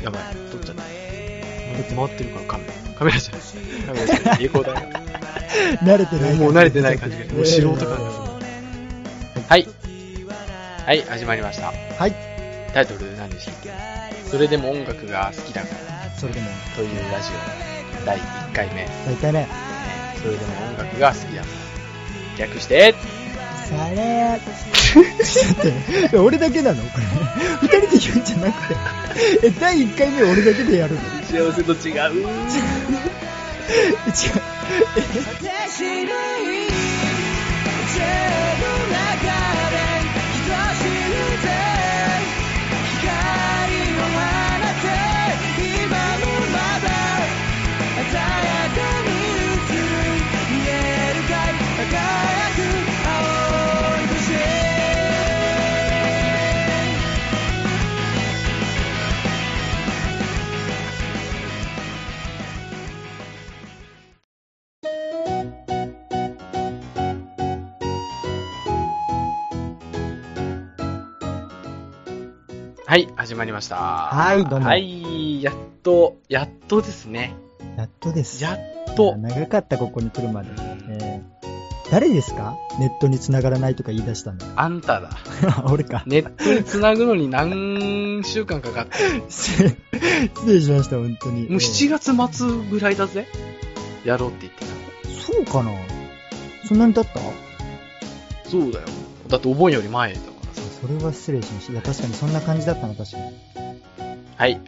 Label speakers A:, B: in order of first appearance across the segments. A: じゃない。だって回ってるからカメラ。カメラじゃない。カメラじゃない。レコーダー。
B: 慣れてない。
A: もう慣れてない感じが。もう素人感がすごい。はい。はい、始まりました。
B: はい。
A: タイトル何でしたっけそれでも音楽が好きだから
B: それでも、
A: というラジオ第1回目。
B: 大体ね、
A: それでも音楽が好きだから。略して、
B: それ、ちょっと待って、俺 だけなのこれ。二人で言うんじゃなくて。え、第1回目俺だけでやるの違う。
A: 幸せと違う。はい、始まりました。は
B: はい、どうも。
A: い、やっと、やっとですね。
B: やっとです。
A: やっと。
B: 長かった、ここに来るまで。
A: うん
B: えー誰ですかネットに繋がらないとか言い出したの。
A: あんただ。
B: 俺か。
A: ネットに繋ぐのに何週間かかって。
B: 失礼失礼しました、本当に。
A: もう7月末ぐらいだぜ。やろうって言って
B: そうかなそんなに経っ
A: た。
B: た
A: そうだよ。だってお盆より前だからさ。
B: それは失礼しました。いや、確かにそんな感じだったの、確かに。
A: はい。
B: はい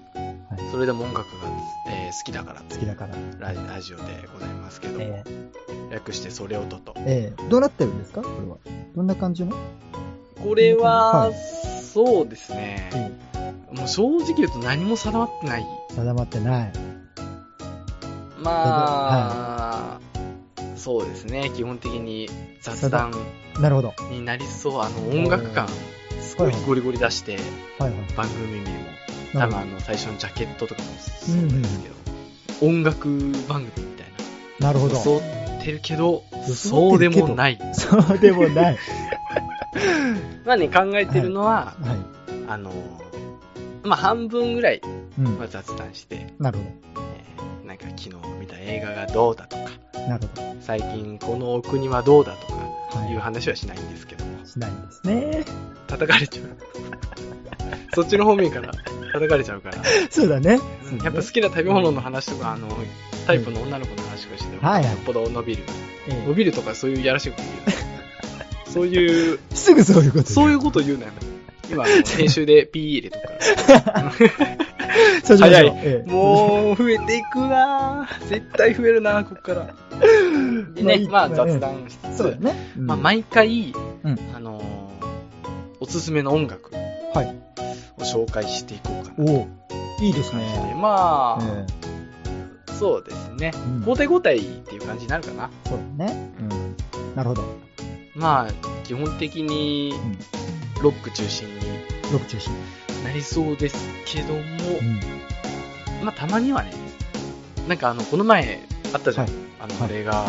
A: それでも音楽が、えー好きだから
B: 好きだから。
A: ラジラジオでございますけど、
B: え
A: 略してそれをとと。
B: ーえーどうなってるんですかこれは。どんな感じの
A: これは、
B: はい
A: そうですね。もう正直言うと何も定まってない。
B: 定まってない。
A: まあ、そうですね。基本的に雑談
B: なるほど。
A: になりそう。あの、音楽感、すごいゴリゴリ出して、
B: はいはい。
A: 番組名も、
B: な
A: 多
B: る
A: 分
B: ほ
A: あの、最初のジャケットとかもそうですけど、音楽番組みたいな。
B: ど。なるほど。
A: 装ってるけど、
B: 装
A: そ
B: っ
A: うで
B: てるけど
A: もない。
B: そうでも ない。
A: まあね、考えてるのは、
B: はい。
A: あの、まあ半分ぐらい
B: うん
A: は。雑談して、
B: なるほ
A: えーなんか昨日見た映画がどうだとか、
B: ど。なるほど。
A: 最近このお国はどうだとか、
B: はい
A: いう話はしないんですけども、
B: しないんですね。
A: 叩かれちゃう。 そっちの方面から叩かれちゃうから、
B: そうだね。
A: やっぱ好きな食べ物の話とか、あの、タイプの女の子の話とかしても、
B: はいはい
A: よっぽど伸びる。
B: え
A: 伸
B: ー
A: びるとかそういうやらしいこと言うの。そういう、
B: すぐそういうこと。
A: そういうこと言うなよ。今、あの編集で P 入れとくから。
B: そうしましょう
A: 早
B: えー
A: もう、増えていくなぁ絶対増えるなぁこっから。でね、
B: ま
A: ま
B: あ
A: あ、雑談しつつ、
B: そうだね。うん
A: まあ、毎回、
B: うん
A: あのーおすすめの音楽を
B: はい。
A: 紹介していこうかな。
B: おーいいですね。
A: ま
B: え
A: あ、
B: ー
A: そうですね
B: うん。
A: 交代交代っていう感じになるかな。
B: そうだね。うん。なるほど。
A: まあ、基本的に
B: ん、
A: ロック中心に
B: ロブ中心。
A: なりそうですけども、
B: うん。
A: まあ、たまにはね、なんかあの、この前あったじゃん。
B: はい
A: あ
B: は
A: の、
B: い
A: あれが、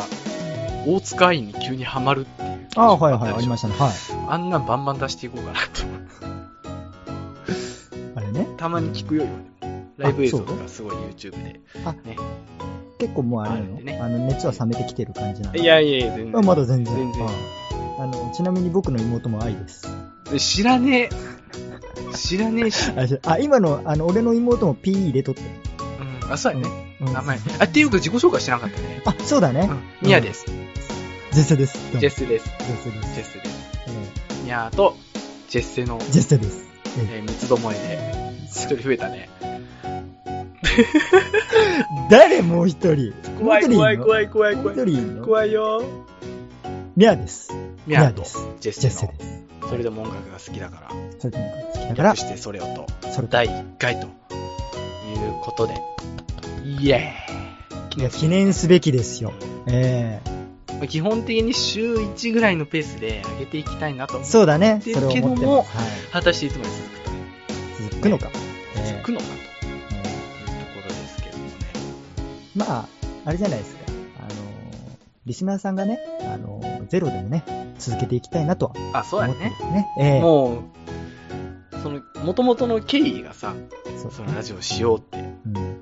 A: 大塚愛に急にハマるっていう。
B: ああ、はいはい、ありま
A: し
B: したね。はい。
A: た。あんなんバンバン出していこうか なと。
B: あれね。
A: たまに聞くよ、今。ライブ映像と
B: あ
A: かすごい YouTube で。
B: 結構もうあれな
A: あ
B: の
A: れね
B: あの、熱は冷めてきてる感じなの。
A: いやいやいや、全
B: あ、
A: 然。
B: まだ全然。
A: 全然
B: はいあの、ちなみに僕の妹も愛です。
A: 知らねえ。知らねえし。
B: あ、しあ今の、あの、俺の妹も P 入れとって。
A: うん。あ、そうやね。
B: うん
A: 名前。あ、っていうか自己紹介してなかったね。
B: あ、そうだね
A: う。ん。ミヤです。
B: ジェッセです。どうも
A: ジェッ。セです。
B: ジェッセ
A: ジ
B: で
A: ェ
B: す。
A: ッセです。
B: え
A: ミヤと、ジェッセの、
B: ージェッセです。
A: えー三つどもえで、一人増えたね。
B: 誰もう一人。
A: 怖い怖い怖
B: い。
A: い怖い
B: もう
A: 怖い
B: 一人。いるの
A: 怖いよ。
B: ミャーです。
A: ミヤ
B: ミ
A: と
B: ヤです、
A: ジェ
B: ジェ
A: ッ
B: ッセ
A: セの
B: で、す。
A: それでも音楽が好きだから。
B: それでも好きだか
A: 略
B: ら、
A: してそれをと
B: それ
A: 第1回ということでイエ
B: いや記念すべきですよ。え
A: ーイ基本的に週1ぐらいのペースで上げていきたいなと
B: えそうだね。
A: で
B: それを思ってます。はい。
A: 果たしていつまで続くか
B: 続くのか。
A: 続くのかというと
B: えーえー
A: ころですけどもね
B: まあ、あれじゃないですか。あのー、リスナーさんがね、あのー、ゼロでもね、続けていきたいなとは
A: あそう
B: 思
A: や
B: ってるん
A: ね
B: ですね。ええ
A: もうその元々の経緯がさ
B: そう
A: そのラジオしようって
B: うん。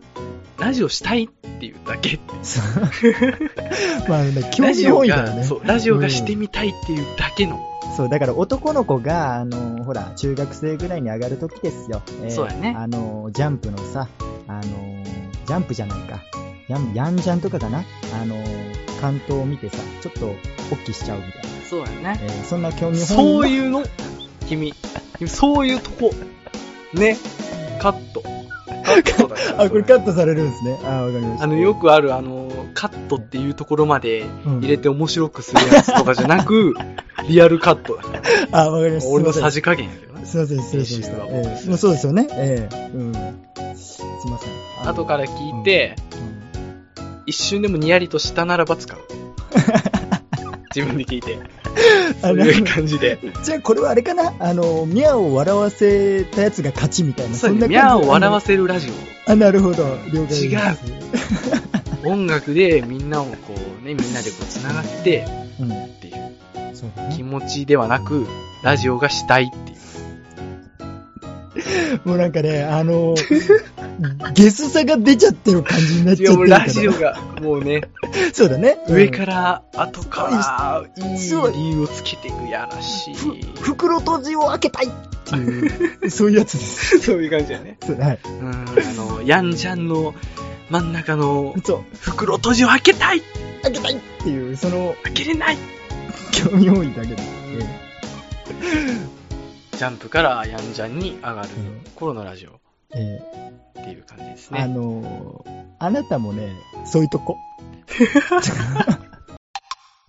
A: ラジオしたいっていうだけって
B: そう まあね、興
A: ラ
B: 味
A: ジオ
B: 本位だよ
A: が、
B: ね。
A: そう、ラジオがしてみたいっていうだけの。
B: そう、だから男の子が、あの、ほら、中学生ぐらいに上がる時ですよ。えー
A: そうやね
B: あの、ジャンプのさ、あの、ジャンプじゃないか。ヤン、ヤンジャンとかかなあの、関東を見てさ、ちょっと、勃起しちゃうみたいな。
A: そうやね。
B: えーそんな興味本位の。
A: そういうの、君。君そういうとこ。ね。カット。カットだから
B: あ、これカットされるんですね。あ、わかりました。
A: あの、よくある、あの、カットっていうところまで
B: うん
A: 入れて面白くするやつとかじゃな く、リアルカットだから。
B: あ、わかりました。
A: 俺の
B: すいま
A: さ
B: せん
A: じ加減やけどな。
B: すいません、失礼しました。
A: 編集は
B: えーもうそうですよね。ええうん。すいません。あの
A: 後から聞いて、
B: うん
A: 一瞬でもニヤリとしたならば 使う。自分で聞いて。
B: あ
A: そう
B: の
A: いう感じで。
B: じゃあこれはあれかなあの、ミャーを笑わせたやつが勝ちみたいな。
A: そう
B: そん
A: ね。
B: な
A: ミャーを笑わ
B: せ
A: せるラジ
B: あ、なるほど。了解です。
A: 違オ。音楽でみんなをこうね、みんなでこう繋がって
B: うん。
A: っていう
B: そうだ
A: 気
B: ね。
A: 持ちではなく、ラジオがしたいっていう。
B: もうなんかね、あの、 ゲスさが出ちゃってる感じになっ
A: い
B: ち
A: や、
B: ゃって
A: もう
B: るか
A: ラ
B: ら。
A: ジオが、もうね、
B: そうだね。。
A: 上からら、後から、いい
B: そう
A: 理由をつけていくやらしい。
B: 袋閉じを開けたいっていう、そういうやつです。
A: そういう感じだね。
B: そうはい。
A: うん、あの、ヤンジャンの真ん中の
B: そう、
A: 袋閉じを開けたい
B: 開けたいっていう、その、
A: 開けれない
B: 興味本位だけど。ええ
A: ジャンプからヤンジャンに上がる
B: うん
A: 頃のラジオ
B: え
A: っていう感じです
B: えあ
A: ね。
B: のあなたもね、そういうと こ。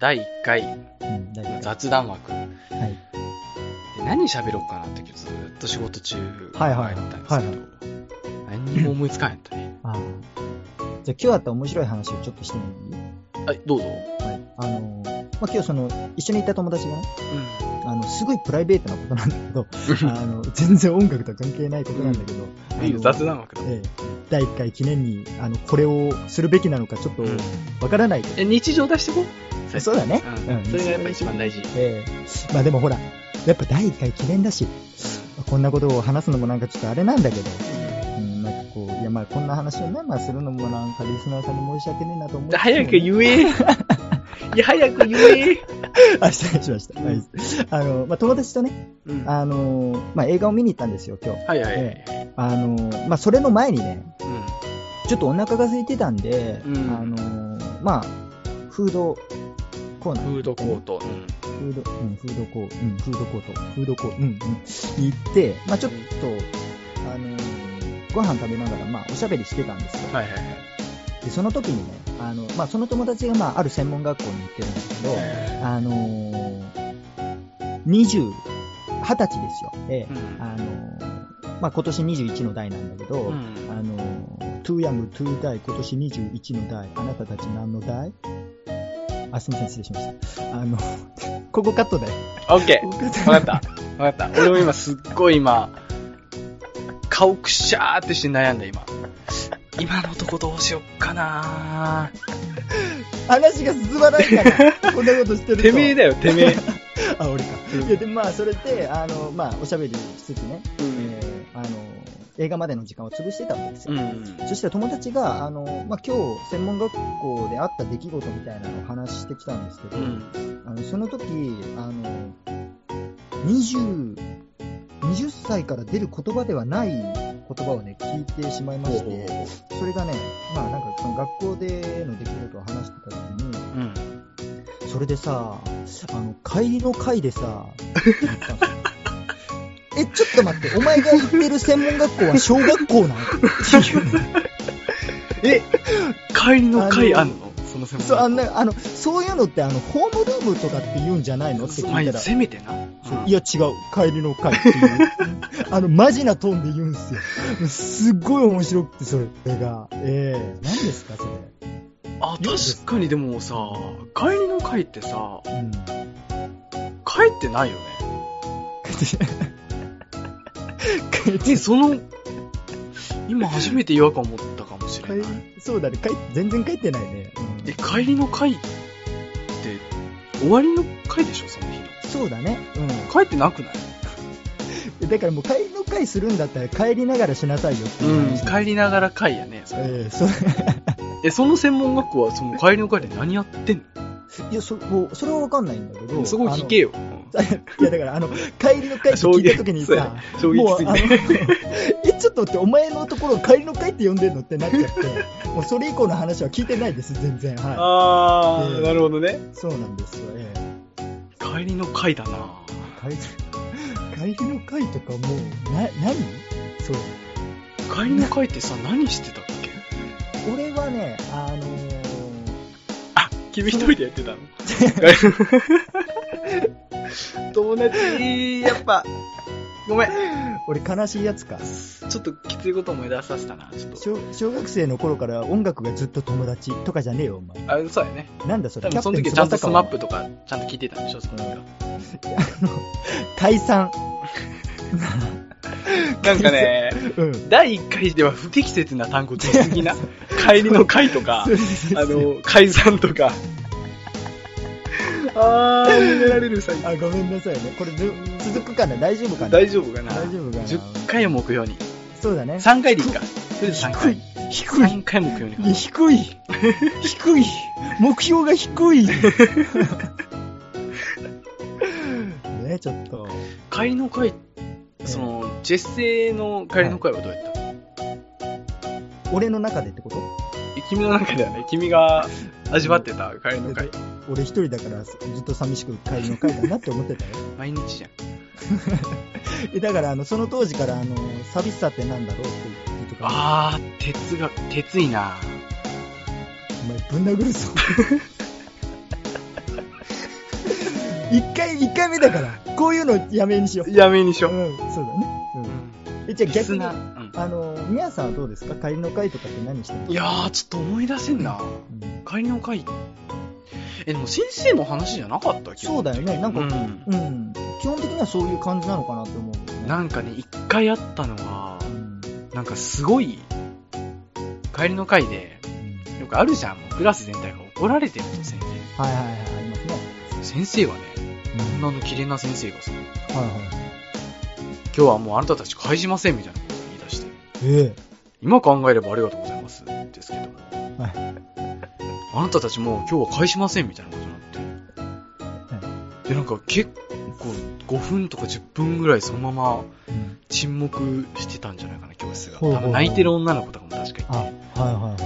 A: 第1回
B: うん、大丈
A: 雑談枠。で
B: 夫。はい。
A: 何喋ろうかなってずーっと仕事中
B: はいはい
A: だったんですけど、何にも思いつかへんったね。
B: ああ。じゃあ今日あった面白い話をちょっとしてもいい
A: はい、どうぞ。
B: はい。あのーまあ、今日その、一緒にいた友達がね、あの、すごいプライベートなことなんだけ ど、あの、全然音楽とは関係ないことなんだけど、
A: うん。いいよ、雑談枠だ。
B: ええ、第1回記念に、あの、これをするべきなのかちょっと
A: うん
B: わからないけど、
A: え日常出してこう。
B: そうだね。
A: うんそれがやっぱ一番大事。
B: ええまあでもほら、やっぱ第1回記念だし、こんなことを話すのもなんかちょっとあれなんだけど、うん、なんかこう、いやまあこんな話をね、まあするのもなんかリスナーさんに申し訳ねえなと思って、
A: 早く言え。 いや、早く言 え。
B: あ、失礼しました。はい。あの、まあ、友達とね、
A: うんは
B: あのー、まあ、映画を見に行ったんですよ、今日。
A: いはいはい。
B: あのー、まあ、それの前にね、
A: うん
B: ちょっとお腹が空いてたんで、
A: うん
B: あのー、まあ、フードコーナー、
A: フードコート。
B: フード、うん、フードコート、うん、フードコート、フードコート、うん、うん、に行って、まあ、ちょっと、あのー、ご飯食べながら、まあ、おしゃべりしてたんですよ。
A: はいはいはい
B: で、その時にね、あの、まあ、その友達が、まあ、ある専門学校に行ってるんですけど、あのー、20、20歳ですよ。ええ
A: うん
B: あのーまあ、今年21の代なんだけど、
A: うん
B: あのー、トゥーヤム、トゥーダイ、今年21の代、あなたたち何の代あ、すみません、失礼しました。あの、 ここカット だよ。
A: オッケ
B: こ
A: ー。
B: こカット
A: わかった。わかった。俺も今すっごい今、顔くしゃーってして悩んだ今。今のとこどうしよっかな
B: 話が進まないから、こんなことしてると。
A: てめえだよ、てめえ。
B: あ、俺か。
A: うん
B: いや、でもまあ、それで、あの、まあ、おしゃべりしつつね、
A: う
B: え。ーあの、映画までの時間を潰してたわけですよ。
A: うん。
B: そしたら友達が、あの、まあ、今日、専門学校であった出来事みたいなのを話してきたんですけ
A: う
B: ど、
A: ん。
B: あのその時、あの、20、20歳から出る言葉ではない言葉をね、聞いてしまいま
A: ほう
B: し
A: ほう
B: て、
A: ほ
B: それがね、まあなんかその学校での出来事を話してた時に、
A: う。うん。
B: それでさ、あの、帰りの会でさ、 って言ったんですよえ、ちょっと待って、お前が行ってる専門学校は小学校なのっていうね。
A: え、帰りの会あんのその専門
B: そう、あの
A: 学
B: ね、あの、そういうのって、あの、ホームルームとかって言うんじゃない
A: 校
B: のって
A: そう
B: 聞い
A: まあ
B: たら。
A: せめてな。
B: そう
A: うん
B: いや、違う。帰りの会 っていう。あの、マジなトーンで言うんすよ。すっごい面白くて、それが。ええ何ですか、それ。
A: あ、確かにでもさ、帰りの会ってさ、
B: うん。
A: 帰ってないよね。
B: 帰って
A: で、その、今初めて違和感を持ったかもし
B: 帰
A: れない。
B: りそうだね。帰全然帰ってないね。うん
A: え、帰りの会って、終わりの会でしょ、その日の。
B: そうだね。うん。
A: 帰ってなくない、
B: だからもう帰りの回するんだったら帰りながらしなさいよっていううん話
A: 帰りながら会やね。それ
B: ええそう
A: え、その専門学校は、その帰りの会で何やってん
B: いやそこうそれは分かんないんだけど
A: のすごい聞けよ。
B: あの いやだからあの帰りの会って聞いた時に
A: そうや
B: さ
A: ね衝撃
B: もう
A: すぎ
B: あの
A: て。
B: えちょっと待ってお前のところ帰りの会って呼んでんのってなっち ゃってもうそれ以降の話は聞いてないです全然は
A: あ
B: え
A: ー、
B: え
A: なるほどね。
B: いそうなんですよええ
A: 帰りの会だな
B: 帰り 帰りの会とかもうな何そう
A: 帰りの会ってさ、何してたっけ
B: 俺はねあの
A: あ、君一人でやってたの 友達、やっぱ、ごめん。
B: ー俺悲しいやつか
A: ちょっときついこと思い出させたな、ちょっと。
B: 小小学生の頃から音楽がずっと友達とかじゃねえよお前
A: あ、そうやね。
B: なんだそ
A: 多
B: れ
A: 分その時はちゃんとスマップとか、ちゃんと聞いてたんでしょ、その時は。
B: 解散
A: なんかね、
B: うん
A: 第1回では不適切な単語出すぎな。 帰りの会とか
B: そ、うです
A: あの、解散とか。 あー、褒められる最近。
B: あごめんなさいねこれず続くかな大丈夫かな
A: 大丈夫かな
B: 大丈夫かな
A: ?10 回を目標に。
B: そうだね
A: 3回でいいか。とりあえず3
B: 低い
A: 回。
B: 低い
A: 3回目標に。
B: いや低い低い目標が低 いねちょっと
A: 帰りの会、その、ジェス製の帰りの会はどうやった、
B: 俺の中でってこと
A: 君の中ではね、君が味わってた帰りの会。
B: 俺一人だからずっと寂しく帰りの会だなって思ってたよ
A: 毎日じゃん。
B: えだからあのその当時からあの寂しさってなんだろうって言ってたから
A: あー、鉄が、鉄いな
B: お前ぶん殴るぞ 一回一回目だからこういうのやめにしよう
A: やめにし
B: う。んそうだね、う、
A: うんん。
B: えじゃあ
A: リス
B: 逆に
A: ナ
B: あ
A: ー。うん。
B: の宮さんはどうですか帰りの会とかって何してるの
A: いやー、ちょっと思い出せんな。
B: うん
A: 帰りの会。え、でも先生の話じゃなかったっけ
B: そうだよねなんか
A: うん。
B: うん基本的にはそういう感じなのかなって思うんだよね
A: なんかね、一回あったのは
B: う、ん
A: なんかすごい、帰りの会で、
B: うん
A: よくあるじゃん、もうクラス全体が怒られてると先
B: はいはいはいありますね
A: 生。先生はね、
B: うん
A: 女の綺麗な先生がさ、今
B: はいはい
A: 日はもうあなたたち返しませんみたいなことを言い出して、
B: ええ
A: 今考えればありがとうございます、ですけども、
B: は
A: あなたたちもう今日は返しませんみたいなことになって、で、なんか結構5分とか10分ぐらいそのまま
B: うん
A: 沈黙してたんじゃないかな、教室が。
B: ほうほ
A: 多
B: う
A: 分泣いてる女の子とかも確
B: あ
A: か
B: はい
A: いて、
B: はいはい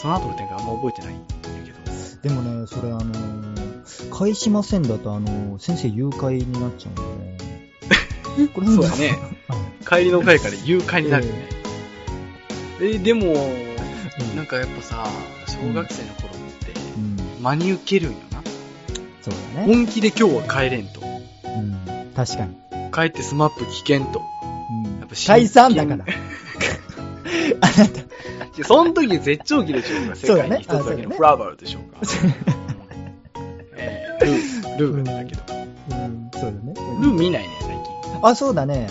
A: その後の展開あんま覚えてないんだけど。
B: でもね、それあのー返しませんだとあのー先生誘拐になっちゃう んでね。これ
A: そうだ ね。帰りの会から誘拐になるよね。えーでも、なんかやっぱさ、小学生の頃って、
B: うん。うん
A: 真に受けるんよな。
B: そうだね。
A: 本気で今日は帰れんと。
B: うん。確かに。
A: 帰ってスマップ危険と。
B: うん
A: やっぱ真剣
B: 解散だ から。 あなた。
A: いやその時絶頂期でしょうか、世界に一つだけのフラバルでしょ うか。えールー、ルーが出たけど。
B: うん、そうだね。
A: ルー見ないね、最
B: あ、そうだね。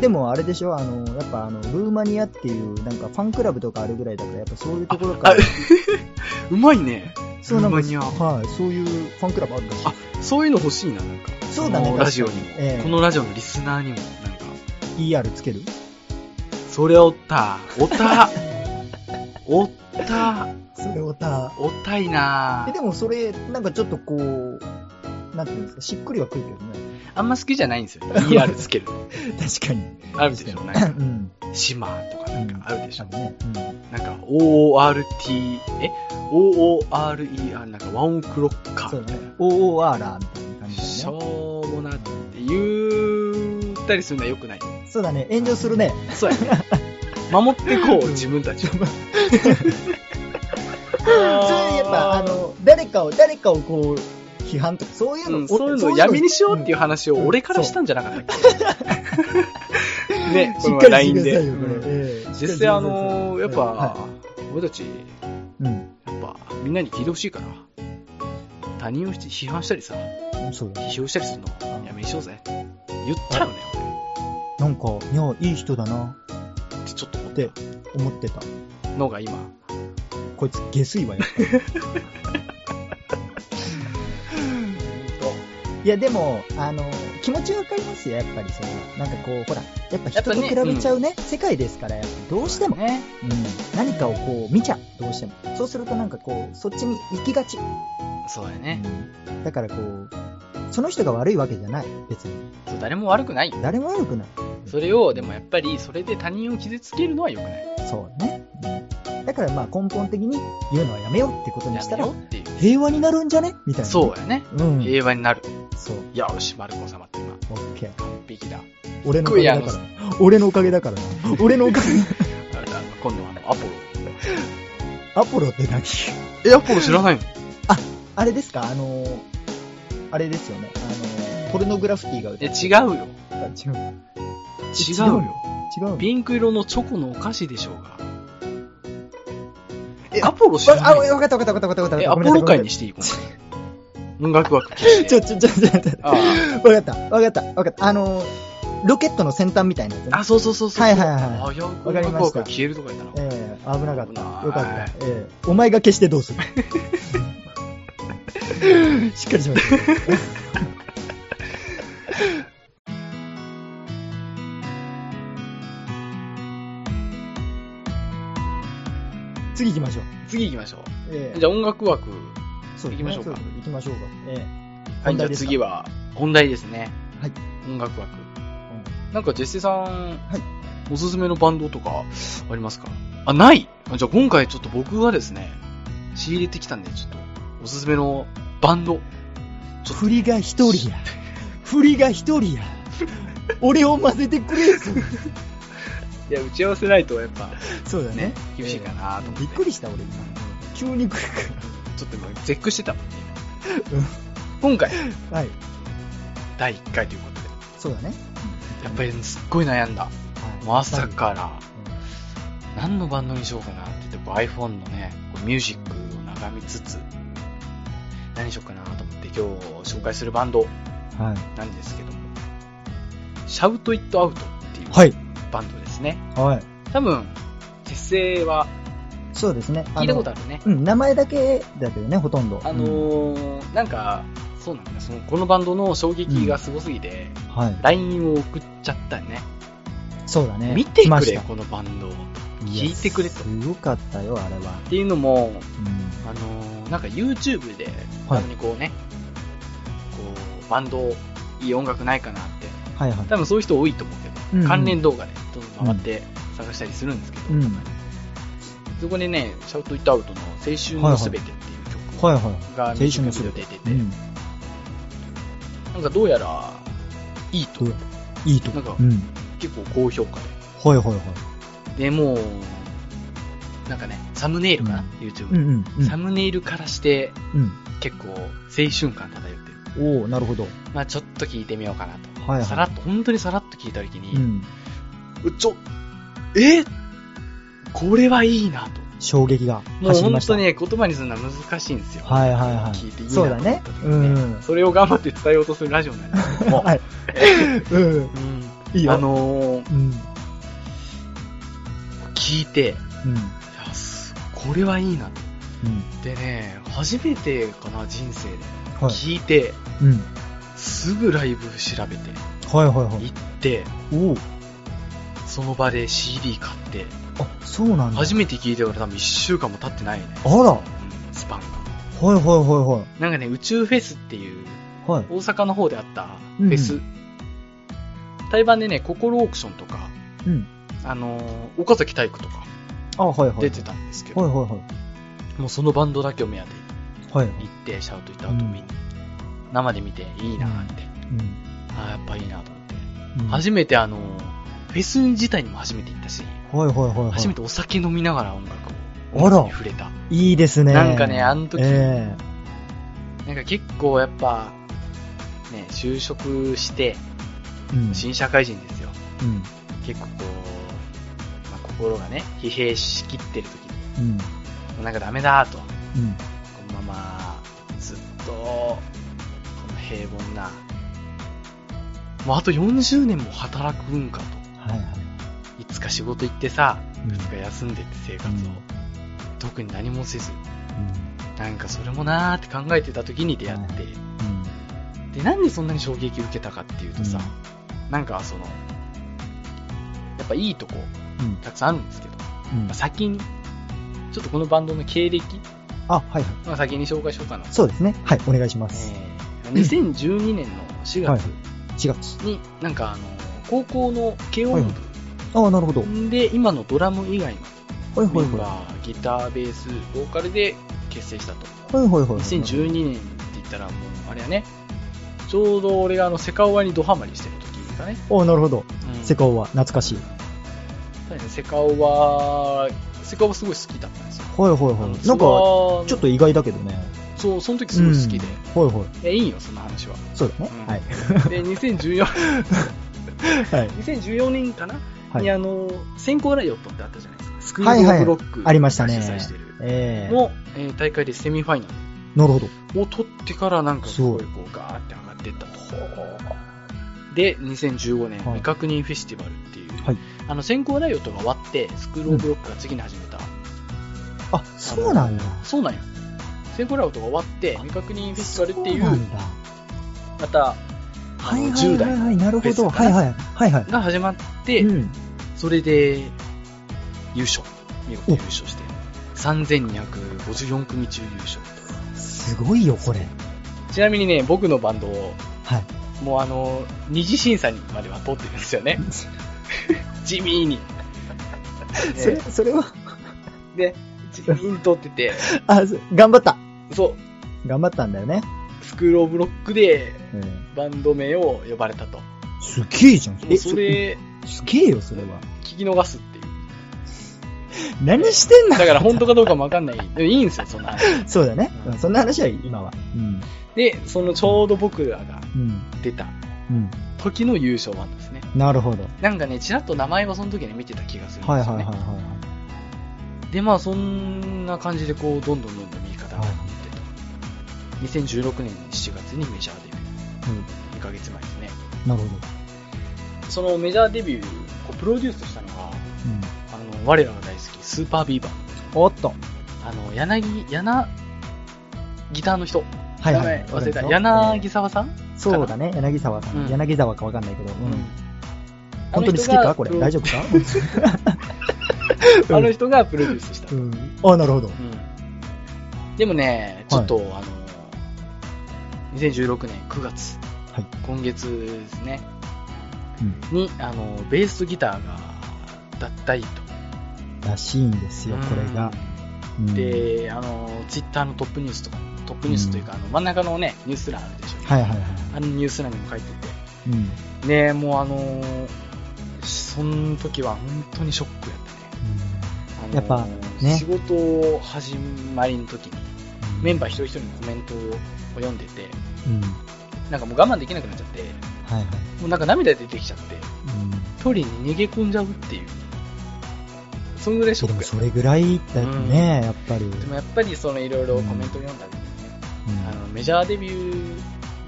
B: でもあれでしょあの、やっぱあの、ルーマニアっていう、なんかファンクラブとかあるぐらいだから、やっぱそういうところ
A: 近。
B: か
A: あ
B: ら、、
A: うまいね。
B: そうなんか
A: ルーマニア
B: はい、そういうファンクラブあるらしい。
A: あそういうの欲しいな、なんか。
B: そうだね
A: このラジオにも、
B: 確かにええ
A: このラジオのリスナーにも、なんか。
B: ER つける
A: それおった。お た。おった。
B: それをた。
A: おったいな
B: えでもそれ、なんかちょっとこう、なんていうんですか、しっくりはくるけどね。
A: あんま好きじゃないん ですよ。ER つける。
B: 確かに。
A: あるでしょ。なんか、
B: うん。
A: シマーとかなんかあるでし
B: ち
A: ょ
B: ゃん。とね。
A: なんか、ORT、え ?OORER、なんかワンオクロッカ
B: そ
A: ー
B: う
A: みた
B: だ
A: い
B: ね。OOR みたいな感
A: な。
B: じ
A: し
B: だね。
A: ょうもなって言ったりするのは良くない。
B: そうだね。炎上するね。
A: そうやね。 守ってこう、自分た ちを。そ
B: それやっぱ、あ、の、誰かを、誰かをこう、批判とか、そういうの、
A: うん、そういうのを闇にしようっていうう話を
B: うん
A: 俺からしたんじゃなかったっけ ね、
B: ん。
A: こ
B: しっ
A: の
B: かり
A: LINE
B: してく
A: で。
B: ださいよ、これ。
A: うん
B: ええ
A: 実際あのーやっぱ、、
B: は
A: 俺たち、
B: いうん。
A: やっぱ、みんなに聞いてほしいから、他人を批判したりさ、
B: そうだね。
A: 批評したりするのやめにしようぜ。言ったよね、
B: なんか、いや、いい人だな
A: 俺ってちょっと思っ
B: ってて思ってた。
A: のが今。
B: こいつ、下水わよ。 いや、でも、あの、気持ちわかりますよ、やっぱりそれは。なんかこう、ほら、やっぱ
A: や
B: 人
A: っぱ
B: と
A: ね
B: 比べちゃうね、世界ですから、やっぱどうしても、
A: ね。
B: うん、何かをこう見ちゃう、どうしても。そうするとなんかこう、そっちに行きがち。
A: そうやね。
B: うんだからこう、その人が悪いわけじゃない、別に。
A: そう誰も悪くない。
B: 誰も悪くない。
A: それを、でもやっぱり、それで他人を傷つけるのは良くない。
B: そうね。うんだからまあ根本的に言うのはやめようってことに
A: や
B: した
A: め
B: ら
A: よ、うっていう。
B: 平和になるんじゃねみたいなね。
A: そうやね。
B: う。うん。
A: 平和になる。
B: そう。
A: よし、丸子様って今、
B: オッケー。
A: 完璧だ。
B: 俺のおかげだから。俺のおかげだからな。俺のおかげ。
A: あれだ、今度はあの、アポロ。
B: アポロって何
A: え、アポロ知らないの
B: あれですかあのー、あれですよね。あのー、ポルノグラフィティが歌
A: え、違うよ。
B: った。違
A: 違
B: う。違
A: う
B: う
A: よ。
B: 違うの。
A: ピンク色のチョコのお菓子でしょうが。え、
B: あ
A: アポロ知ら
B: あ、
A: ない
B: わかったわかったわかったわかった。
A: え、ア
B: ご
A: ポ
B: めんなさい
A: ロ界に。していいこの音楽枠とし
B: ちょ、
A: て。
B: ちょ、ちょ、ちょ、ちょ、ちょ
A: ああ
B: わかった、わかった、わかった。あのー、ロケットの先端みたいなやつ ね。
A: あ、そうそうそうそう。
B: はいはいはい
A: あ、いや、音
B: かりました
A: 楽枠が消えるとか言ったな。
B: ええ危なかった
A: 危な。い
B: よかった。ええお前が消してどうす るしっかりしましょう。 次行きましょう。
A: 次行きましょう。
B: ええ
A: じゃあ音楽枠。
B: そう
A: 行きましょうか
B: そです行きましょうか。ええ
A: はい、じゃあ
B: ですか
A: 次は、本題ですね。
B: はい。
A: 音楽枠。
B: うん
A: なんか、ジェステさん、
B: い
A: おすすめのバンドとか、ありますかあ、ないあじゃあ今回ちょっと僕がですね、仕入れてきたんで、ちょっと、おすすめのバンド。ちょっと
B: 振りが一人や。振りが一人 や。俺を混ぜてくれぞ。
A: いや、打ち合わせないとやっぱ、
B: そうだね
A: ね。、厳しいかなと思って。
B: びっくりした俺今。急に来る
A: ちょっと今、絶句してたもんね
B: うん。
A: 今回、
B: から。はい。
A: 第1回ということで、
B: そうだね。
A: やっぱりすっごい悩んだ。
B: はい
A: まさ。から、何のバンドにしようかなって言って、こう iPhone のね、こうミュージックを眺めつつ、何にしようかなと思って今日紹介するバンド
B: はい。
A: なんですけども、シャウト・イット・アウトっていう
B: はい。
A: バンドですね。
B: はい。
A: 多分、結成は
B: そうですね。
A: 聞いたこと
B: あ
A: あるね。
B: るうん、名前だけだけどね、ほとんど。
A: あ
B: うん
A: のー、なんか、そうなんだ、その、このバンドの衝撃がすごすぎて、
B: はい。
A: LINE を送っちゃったよね。
B: そうだね。
A: 見て
B: 来ま
A: く
B: し
A: れ、
B: た
A: このバンドを。っ
B: や
A: 聞いてくれと
B: すごかったよ、あれは。
A: ていうのも、
B: うん
A: あのーなんか YouTube で、た
B: はい
A: まにこうね、こう、バンド、いい音楽ないかなって、
B: はいはい。
A: 多分そういう人多いと思うけど、
B: うんうん
A: 関連動画でどんどん回って探したりするんですけど、
B: うん。
A: そこでね、シャウトイットアウトの青春のすべてっていう曲
B: はいはい。
A: が
B: い
A: ミュージックビデオで出てて、
B: うん。
A: なんかどうやら、いいと
B: どう、やいいと
A: なんか
B: こ。うん。
A: 結構高評価
B: はいはいはい。
A: で。で、もう、なんかね、サムネイルかな、
B: うん
A: YouTube。
B: うんうん。
A: サムネイルからして、
B: うん。
A: 結構青春感漂ってる。
B: おおなるほど。
A: まあちょっと聞いてみようかなと。
B: はいはい。
A: さらっと、本当にさらっと聞いたとき
B: う
A: に、
B: ん。
A: うちょ、えこれはいいなと。
B: 衝撃が
A: もう
B: 走り
A: 本
B: ました。
A: 当ね、言葉にするのは難しいんですよ。
B: はいはいはい。
A: 聞いていいな
B: そうだね。
A: と
B: う
A: 思って
B: ん。
A: それを頑張って伝えようとするラジオなんですけども、
B: はい。うん。
A: うん
B: いいよ。
A: あ、のー、
B: うん。
A: 聞いて、い
B: うん。
A: やすこれはいいなと。
B: うん。
A: でね、初めてかな、人生で。
B: はい。
A: 聞いて、
B: うん。
A: すぐライブ調べて、
B: はいはいは
A: 行
B: い。
A: って、
B: おお
A: その場で CD 買って、
B: あ、そうなんだ。
A: 初めて聞いてから多分1週間も経ってないね。
B: あら。は
A: う
B: い
A: んスパンが。
B: はいはいは
A: なんかね、宇宙フェスっていう、
B: い。はい。
A: 大阪の方であったフェス。
B: うん
A: 台湾でね、心オークションとか、
B: うん。
A: あのー岡崎体育とか
B: あ、はいはい。
A: 出てたんですけど、
B: はいはいはい。
A: もうそのバンドだけを目当て
B: はい。
A: に行って、シャウト行った後見に、生で見ていいなーって、
B: うん。
A: あーやっぱいいなと思って。
B: うん
A: 初めてあのーフェス自体にも初めて行ったし、
B: はいはいはいはい。
A: 初めてお酒飲みながら音楽を、
B: あら
A: 音楽に触れた。
B: いいですね。
A: なんかねあの時
B: え
A: なんか結構やっぱ、ね、就職して、
B: えうん。
A: 新社会人ですよ。
B: うん。
A: 結構こう、まあ、心がね、疲弊しきってる時に、
B: うん。
A: もうなんかダメだと、こ
B: うん。
A: のまま、ずっと、この平凡な、もうあと40年も働くんか
B: はいはい。
A: と。いつか仕事行ってさ、
B: うん
A: いつか休んでって生活を、
B: うん
A: 特に何もせず、なんかそれもなーって考えてた時に出会って、
B: うん。
A: で、なんでそんなに衝撃受けたかっていうとさ、なんかその、やっぱいいとこ、
B: うん。
A: たくさんあるんですけど、
B: うん
A: まあ。先に、ちょっとこのバンドの経歴、
B: あ、はいはい。
A: まあ、先に紹介しようかな。
B: そうですね。はい、お願いします。
A: えー2012年の4月
B: 4月。
A: に、なんかあの、高校の軽音
B: ああ、なるほど。はい
A: 部で、今のドラム以外の
B: はい
A: メ
B: はい。
A: ン
B: は
A: バー、ギター、ベース、ボーカルで結成したと。
B: いはいはい。
A: 2012年って言ったら、もう、あれやね、ちょうど俺があの、セカオワにドハマりしてる時だね。
B: ああ、なるほど。
A: うん
B: セカオは懐かしい。
A: そうやねセカオワ、セカオワすごい好きだったんですよ。
B: はいはいはい。なんか、ちょっと
A: い
B: 意外だけどね。
A: そう、その時すごい好きで。
B: うん。はいはい。
A: いや、いいよ、そんな話 は。
B: そうだね
A: うん。
B: はい。
A: で、2014、
B: はい。
A: 2014年かな、
B: はい
A: にあの、先行ライオットってあったじゃないですか。スク
B: は
A: ー
B: い
A: ル・
B: は
A: オ
B: い
A: ブ・ロック
B: ありましたね
A: が主催してる。
B: ええ。
A: の、えー大会でセミファイナ
B: なるほど。
A: ルを取ってからなんかすごい
B: す
A: こうガーって上がっていったと。で、2015年、
B: はい
A: 未確認フェスティバルっていう、
B: はい
A: あの、先行ライオットが終わって、スクール・オブ・ロックが次に始めた。
B: あ、そうなんだ。
A: そうなんや。先行ライオットが終わって、未確認フェスティバルってい
B: そうな
A: う、
B: んだ。
A: また、あ
B: はい
A: の
B: はい
A: 10
B: は
A: 代
B: いはい。なるほ
A: フ
B: ど。
A: ェスかな
B: は
A: い
B: はい。はいはい。
A: が始まって、
B: うん。
A: それで、優勝。見事優勝して。3254組中優勝。
B: すごいよ、これ。
A: ちなみにね、僕のバンドを、
B: はい。
A: もうあの、二次審査にまでは通ってるんですよ ね。地味に。
B: それ、
A: ね
B: それは、
A: で、地味に通ってて、
B: あ、そ頑張った。
A: そ
B: 頑張ったんだよね。
A: う、スクールオブロックで
B: うん。
A: バンド名を呼ばれたと。
B: すげえじゃん。
A: もうそれ、
B: すげえよ、それは。
A: 聞き逃すっていう。
B: 何してん
A: だ
B: だ
A: から本当かどうかもわかんない。でもいいんですよ、そんな話。
B: そうだね。
A: うん
B: うんそんな話は今は。うん。
A: で、そのちょうど僕らが
B: うん。
A: 出た
B: うん。
A: 時の優勝バンドですね。
B: なるほど。
A: なんかね、ちらっと名前はその時に見てた気がするんですよ、
B: は
A: ね。
B: いはいはいはいはい。
A: で、まあ、そんな感じで、こう、どんどんどんどん右肩上がってと。2016年7月にメジャーデビュー。2ヶ月前ですね。
B: うん。なるほど。
A: そのメジャーデビュー、こうプロデュースしたのが、
B: うん。
A: あの、我らが大好き、スーパービーバー。
B: おっと。
A: あの、柳、柳、ギターの人。
B: はいは
A: 名
B: い。
A: 前忘れた。
B: 俺の
A: 柳沢さん、
B: えーそうだね。柳沢さ
A: うん
B: ん。柳沢かわかんないけど。うん
A: あの
B: 本当に好き
A: 人
B: か
A: が
B: これ。
A: プロ
B: 大 丈夫か
A: あの人がプロデュースした。
B: う
A: うん
B: ん。あ、なるほど。
A: でもね、ちょっと、あの、2016年9月、
B: はい
A: 今月ですね、
B: うん。
A: に、あの、ベースとギターが脱退と。
B: らしいんですよ、これが。うん、
A: で、あの、ツイッターのトップニュースとか、トップニュースというか、あの真ん中のね、ニュース欄あるでしょ。
B: はいはいはい。
A: あのニュース欄にも書いて
B: うん。
A: て、ね、もうあのーその時は本当にショックやったね。あのー
B: やっぱね
A: 仕事を始まりの時に、
B: うん
A: メンバー一人一人のコメントを読んでて、
B: うん。
A: なんかもう我慢できなくなっちゃって、
B: はいはい。
A: もうなんか涙出てきちゃって、
B: うん。
A: トイレに逃げ込んじゃうっていう。そんぐらいショ
B: で
A: ッ
B: も
A: クやっ
B: それぐらいだよね、やっぱり。
A: た。でもやっぱりそのいろいろコメントを読んだりね、
B: うん
A: あのメジャーデビュ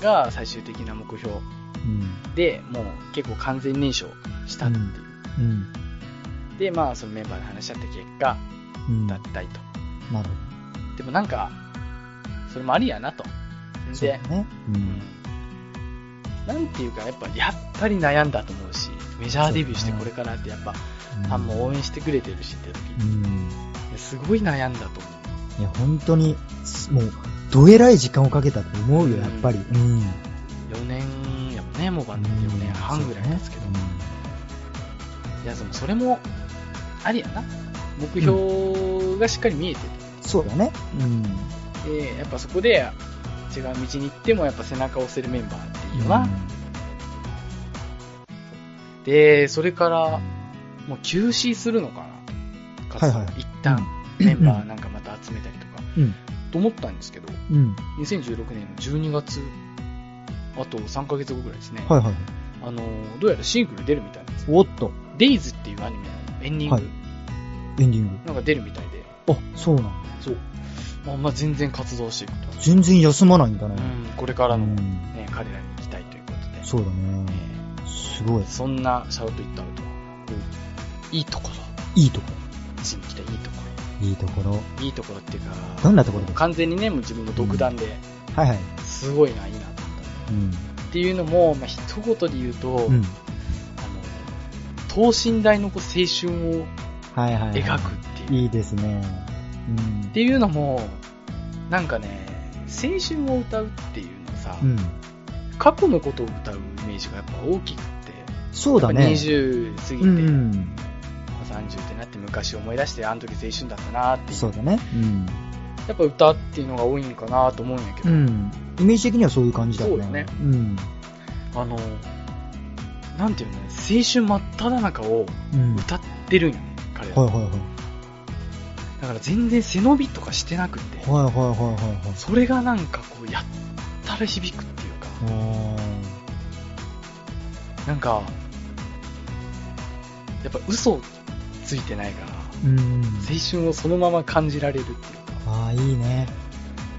A: ーが最終的な目標
B: うん。
A: でもう結構完全燃焼したっていう、
B: うん。
A: でまあそのメンバーで話し合った結果
B: うん。
A: 脱
B: な
A: 退と
B: るほど。
A: でもなんかそれもありやなと
B: そう
A: で
B: だ、ね。う
A: うん
B: ん。
A: なんていうかやっぱやっぱり悩んだと思うしメジャーデビューしてこれからってやっぱファンも応援してくれてるしって時
B: うん。
A: すごい悩んだと思
B: いや、本当に、もう、どえらい時間をかけたと思うよ、やっぱり。うん。
A: う4年やもんねもうバンドで4年半ぐらい経つけど、いやでもそれもありやな目標がしっかり見えてて、
B: そうだね。うん。
A: でやっぱそこで違う道に行ってもやっぱ背中を押せるメンバーっていうのは、でそれからもう休止するのかな活動
B: はいはい
A: 一旦メンバーなんかまた集めたりとか、
B: うん。
A: と思ったんですけど
B: うん。
A: 2016年の12月あと3ヶ月後ぐらいですね、
B: はいはい。
A: あのどうやらシングル出るみたいなんですよ
B: おっと、
A: 「デイズっていうアニメのエンディング、
B: はいエンディン
A: なんか出るみたいで
B: グ。あ、そうなんだ。
A: そう、まあ、まあ全然活動していくと
B: 全然休まないんだね。
A: うんこれからの、
B: う
A: ね
B: ん
A: 彼らに行きたいということで、
B: そうだね。
A: え
B: すごい
A: ー。そんなシャウト・イット・アウトは、いいとこ
B: いいとこ
A: ろ地に来たいいとこ
B: ろ。いいところ。
A: ろいいところっていうか
B: どんなところですか
A: 完全にねもう自分の独断で、
B: はいはい。
A: すごいないいなと思っ
B: ううん。
A: っていうのも、まあ、一言で言うと、
B: うん。
A: あの等身大のこう青春を
B: はいはい、はい。
A: 描くっていう。
B: いいですね。うん。
A: っていうのも、なんかね、青春を歌うっていうのさ、
B: うん。
A: 過去のことを歌うイメージがやっぱ大きくて、
B: そうだ
A: やっ
B: ね。
A: ぱ20過ぎて、
B: うんうん。
A: 30ってなって昔思い出して、あの時青春だったなっていう
B: そうだね。うん。
A: やっぱ歌っていうのが多いんかなと思うんやけど、
B: うん。イメージ的にはそういう感じだよね。
A: そうだね
B: うん。
A: あの、なんていうのね、青春真っ只中を
B: うん。はい
A: 歌ってるんよね、彼は。
B: はいはい。
A: だから全然背伸びとかしてなくて、
B: はいはいはいはいはい。
A: それがなんかこう、やったら響くっていうか、
B: あ
A: なんか、やっぱ嘘ついてないから、
B: ーうん。
A: 青春をそのまま感じられるっていうか、
B: ああ、いいね。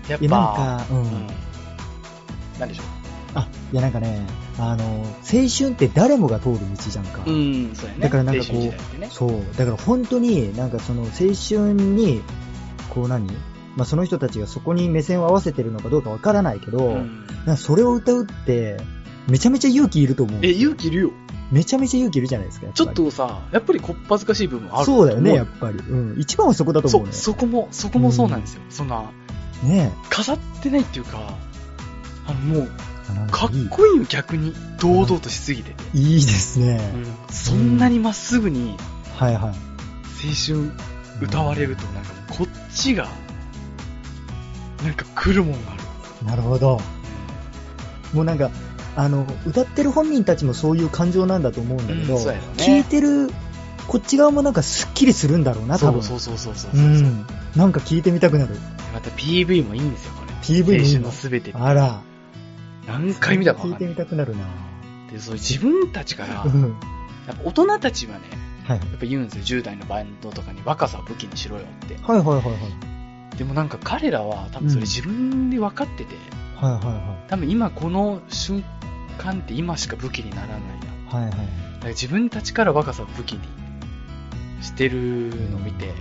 A: やっ
B: いや
A: ぱ、
B: なんか、うん。
A: うん。なんでしょ
B: あ、いやなんかね、あの、青春って誰もが通る道じゃんか。
A: う。うん、そうやね。
B: だからなんかこう
A: 青春時代ってね。
B: そう。だから本当に、なんかその青春に、こう何まあその人たちがそこに目線を合わせてるのかどうかわからないけど、
A: うん
B: なんかそれを歌うって、めちゃめちゃ勇気いると思う。
A: え、勇気いるよ。
B: めちゃめちゃ勇気いるじゃないですか。やぱ
A: ち
B: り
A: ょっとさ、やっぱりこっぱずかしい部分ある
B: そうだよね、やっ
A: ぱ
B: ぱり。うん。一番はそこだと思
A: そ
B: うね。
A: そこも、そこもそうなんですよ。そんな、
B: ね
A: 飾ってないっていうか、あの、もう、
B: え。なん
A: かっ
B: いい
A: こいいよ、逆に。堂々としすぎてて。
B: いいですね。
A: うんそんなにまっすぐに
B: はいはい。
A: 青春歌われると、なんか、こっちが、なんか来るもんがある。
B: なるほど。もうなんか、あの、歌ってる本人たちもそういう感情なんだと思うんだけど、
A: うんそうやろね
B: 聞いてるこっち側もなんかスッキリするんだろうな、多
A: そ
B: 分。
A: うそうそうそうそうそうう。
B: ん。なんか聞いてみたくなる。
A: また PV もいいんですよ、これ。
B: PV もいいの
A: 青春のすべてって。
B: あら。
A: 何回見たか
B: 聞
A: 分かんない。
B: いてみたくなるな。
A: で、そう自分たちから、や
B: う
A: っ
B: ん。
A: ぱ大人たちはね、
B: はい
A: やっぱ言うんですよ、10代のバンドとかに若さを武器にしろよって。
B: はい。はいはいはいはい。
A: でもなんか彼らは多分それ自分で分かってて、
B: はいはいは
A: 多分今この瞬間って今しか武器にならないな。
B: い。はいはい。
A: だから自分たちから若さを武器にしてるのを見て、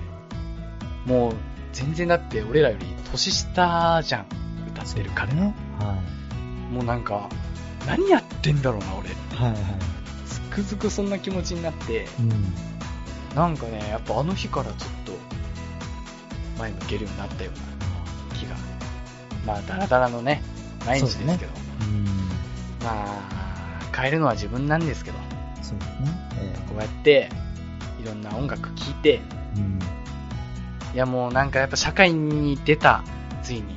A: もう全然だって俺らより年下じゃん、歌ってる彼ら。
B: ね。は
A: もうなんか、何やってんだろうな、俺。
B: い。はいはい。
A: つくづくそんな気持ちになって、
B: うん。
A: なんかね、やっぱあの日からちょっと、前向けるようになったような気が。まあ、ダラダラのね、毎日ですけど、
B: うん。
A: まあ、変えるのは自分なんですけど、
B: そうですね。え
A: こうやって、いろんな音楽聴いて、
B: えうん。
A: いやもうなんかやっぱ社会に出た、ついに、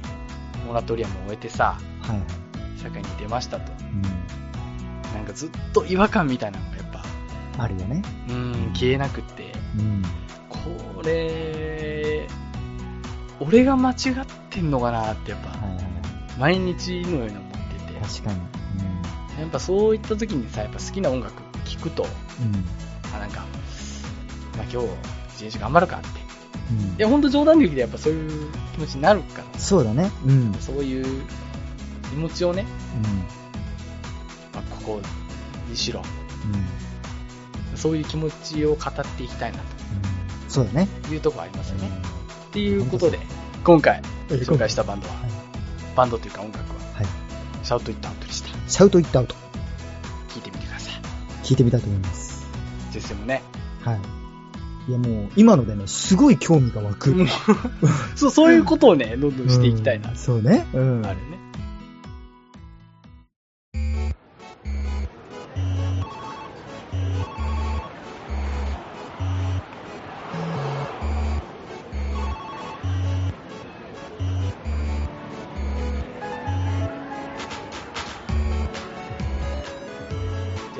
A: モラトリアムを終えてさ、
B: はいはい。
A: 社会に出ましたと。
B: う
A: なんかずっと違和感みたいなのがやっぱ、
B: ん。あるよね。
A: うーん、消えなくって、
B: うん。
A: これ、俺が間違ってんのかなってやっ
B: はい
A: ぱ、
B: はいはい。
A: 毎日のように思ってて、
B: 確かに。
A: やっぱそういった時にさ、やっぱ好きな音楽聴くと、
B: うん。うん。
A: あ、なんか、まあ今日、一日頑張るかって。
B: う
A: い
B: ん
A: や、ほんと冗談抜きでやっぱそういう気持ちになるから、
B: そうだね。うん。
A: そういう気持ちをね、まあ、ここにしろ、
B: うん。うん。
A: そういう気持ちを語っていきたいな
B: そうだね。
A: というところありますよね。っていうことで、今回紹介したバンドは、
B: はい。
A: バンドというか音楽は、
B: はい。
A: シャウトイットアウトでした。
B: シャウトイットアウト。
A: 聞いてみてください。
B: 聞いてみたいと思います。
A: 実践もね。
B: はい。いやもう、今のでね、すごい興味が湧く。
A: もうそう、そういうことをね、どんどんしていきたいな
B: うん。そうね。うん。
A: あるね。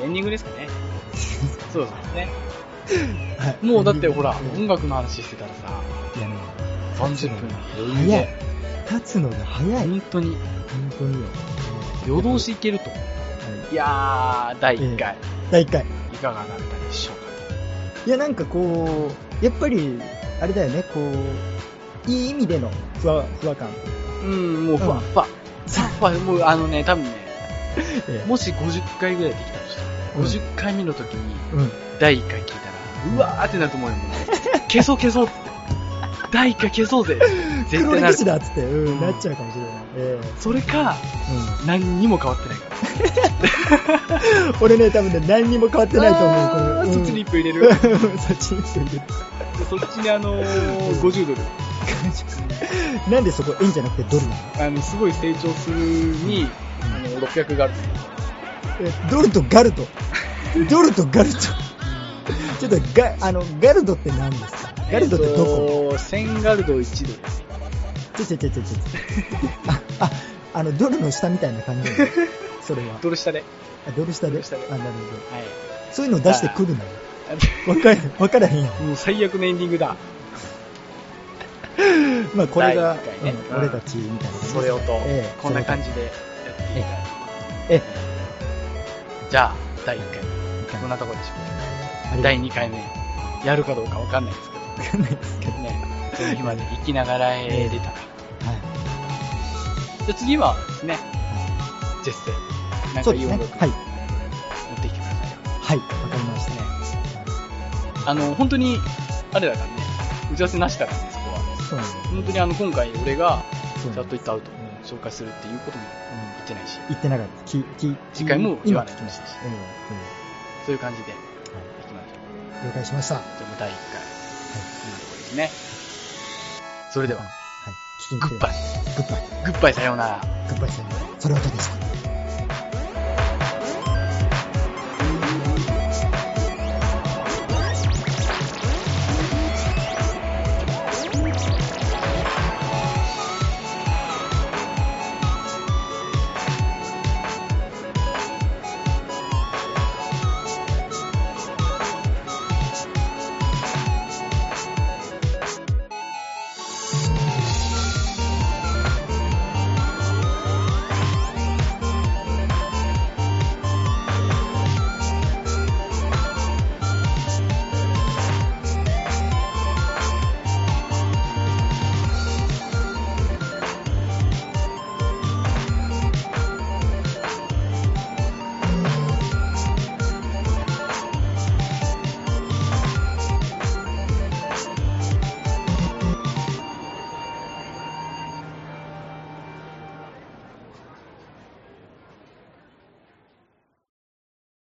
A: エンディングですか ね。そうですね。
B: はい
A: もうだってほら、
B: うん
A: 音楽の話してたらさ、
B: いやね、
A: 30分余裕
B: 早い
A: で、。
B: 立つのが早い。本
A: 本当に
B: 当によ。
A: 夜通しいけると。いやー、第1回、
B: 第1回。
A: いかがだったでしょうか
B: いや、なんかこう、やっぱり、あれだよね、こう、いい意味でのふわ、ふわ感。
A: と。うん、もうふわふわ。ふわふわ、もうあのね、多分ね、
B: ええ
A: もし50回ぐらいできたとしたら、
B: うん
A: 50回目の時に
B: うん。
A: 第1回聞いたら、うわーってなると思うよ、もう。消そう消そう。第1回消そうぜ。絶
B: 黒
A: 対な
B: 歴
A: る
B: 史。だっつって、うん、
A: うん
B: なっちゃうかもしれない。え
A: それか、
B: え
A: 何にも変わってないから。
B: 俺ね、多分ね、何にも変わってないと思う、こ
A: あー
B: れ。
A: そっちに1分入れる。で
B: うん そっちに一人で
A: そっちにあのー、50ドル。
B: なんでそこ、円じゃなくてドルなの
A: あの、すごい成長するに、あの、600があるんですよ。
B: えドルとガルト。ドルと ガルト。ちょっとガ、あの、ガルドって何ですかガルドってどこ、
A: えっと ?1000 ガルド1ドルです。
B: ちょちょちょちょちょ。あ、あ、あの、ドルの下みたいな感じな のそれは。
A: ドル下で。
B: あドル下
A: ド
B: で。
A: ル下で
B: あ、なるほ
A: はい。
B: ど。そういうの出してくるなよ。わか る、わからへんやん。
A: もう最悪のエンディングだ。
B: まあ、これが、
A: 第一回ね
B: うん俺たちみたいな感じ。
A: それをと、
B: ええ
A: こんな感じでやっていきたい。
B: ええ
A: じゃあ、第1回、こんなところでしょう。第2回目、やるかどうかわかんないですけ
B: わかんないですけど。
A: ど
B: は
A: ね。その日まで生きながらえれたか。
B: い。
A: じゃあ次はですね、
B: は
A: ジェスで、ないんか
B: そうで
A: いい
B: す
A: 音楽
B: ね。
A: 持
B: はい。
A: ってきてくださいよ。
B: はい。わかりました。
A: ねあの、本当に、あれだからね、打ち合わせなしだからね、そこは。
B: そうなんです。
A: 本当にあの、今回俺が、
B: そう
A: チャ
B: なん
A: ッ
B: で
A: トイットアウト
B: すうん
A: 紹介するっていうことも言ってないし、
B: 言ってなかった。き、き、
A: 次回も言
B: 今
A: わない
B: 聞
A: と
B: きました。ええ
A: そういう感じで、い
B: ええは
A: きましょう。
B: い了解しました。はい。
A: じゃあもう第1回、こんなところですね。それでは
B: は、い。聞きに
A: グッ
B: 来て
A: バイ。
B: グッバイ。
A: グッバイさようなら。
B: グッバイさん。それはどうでした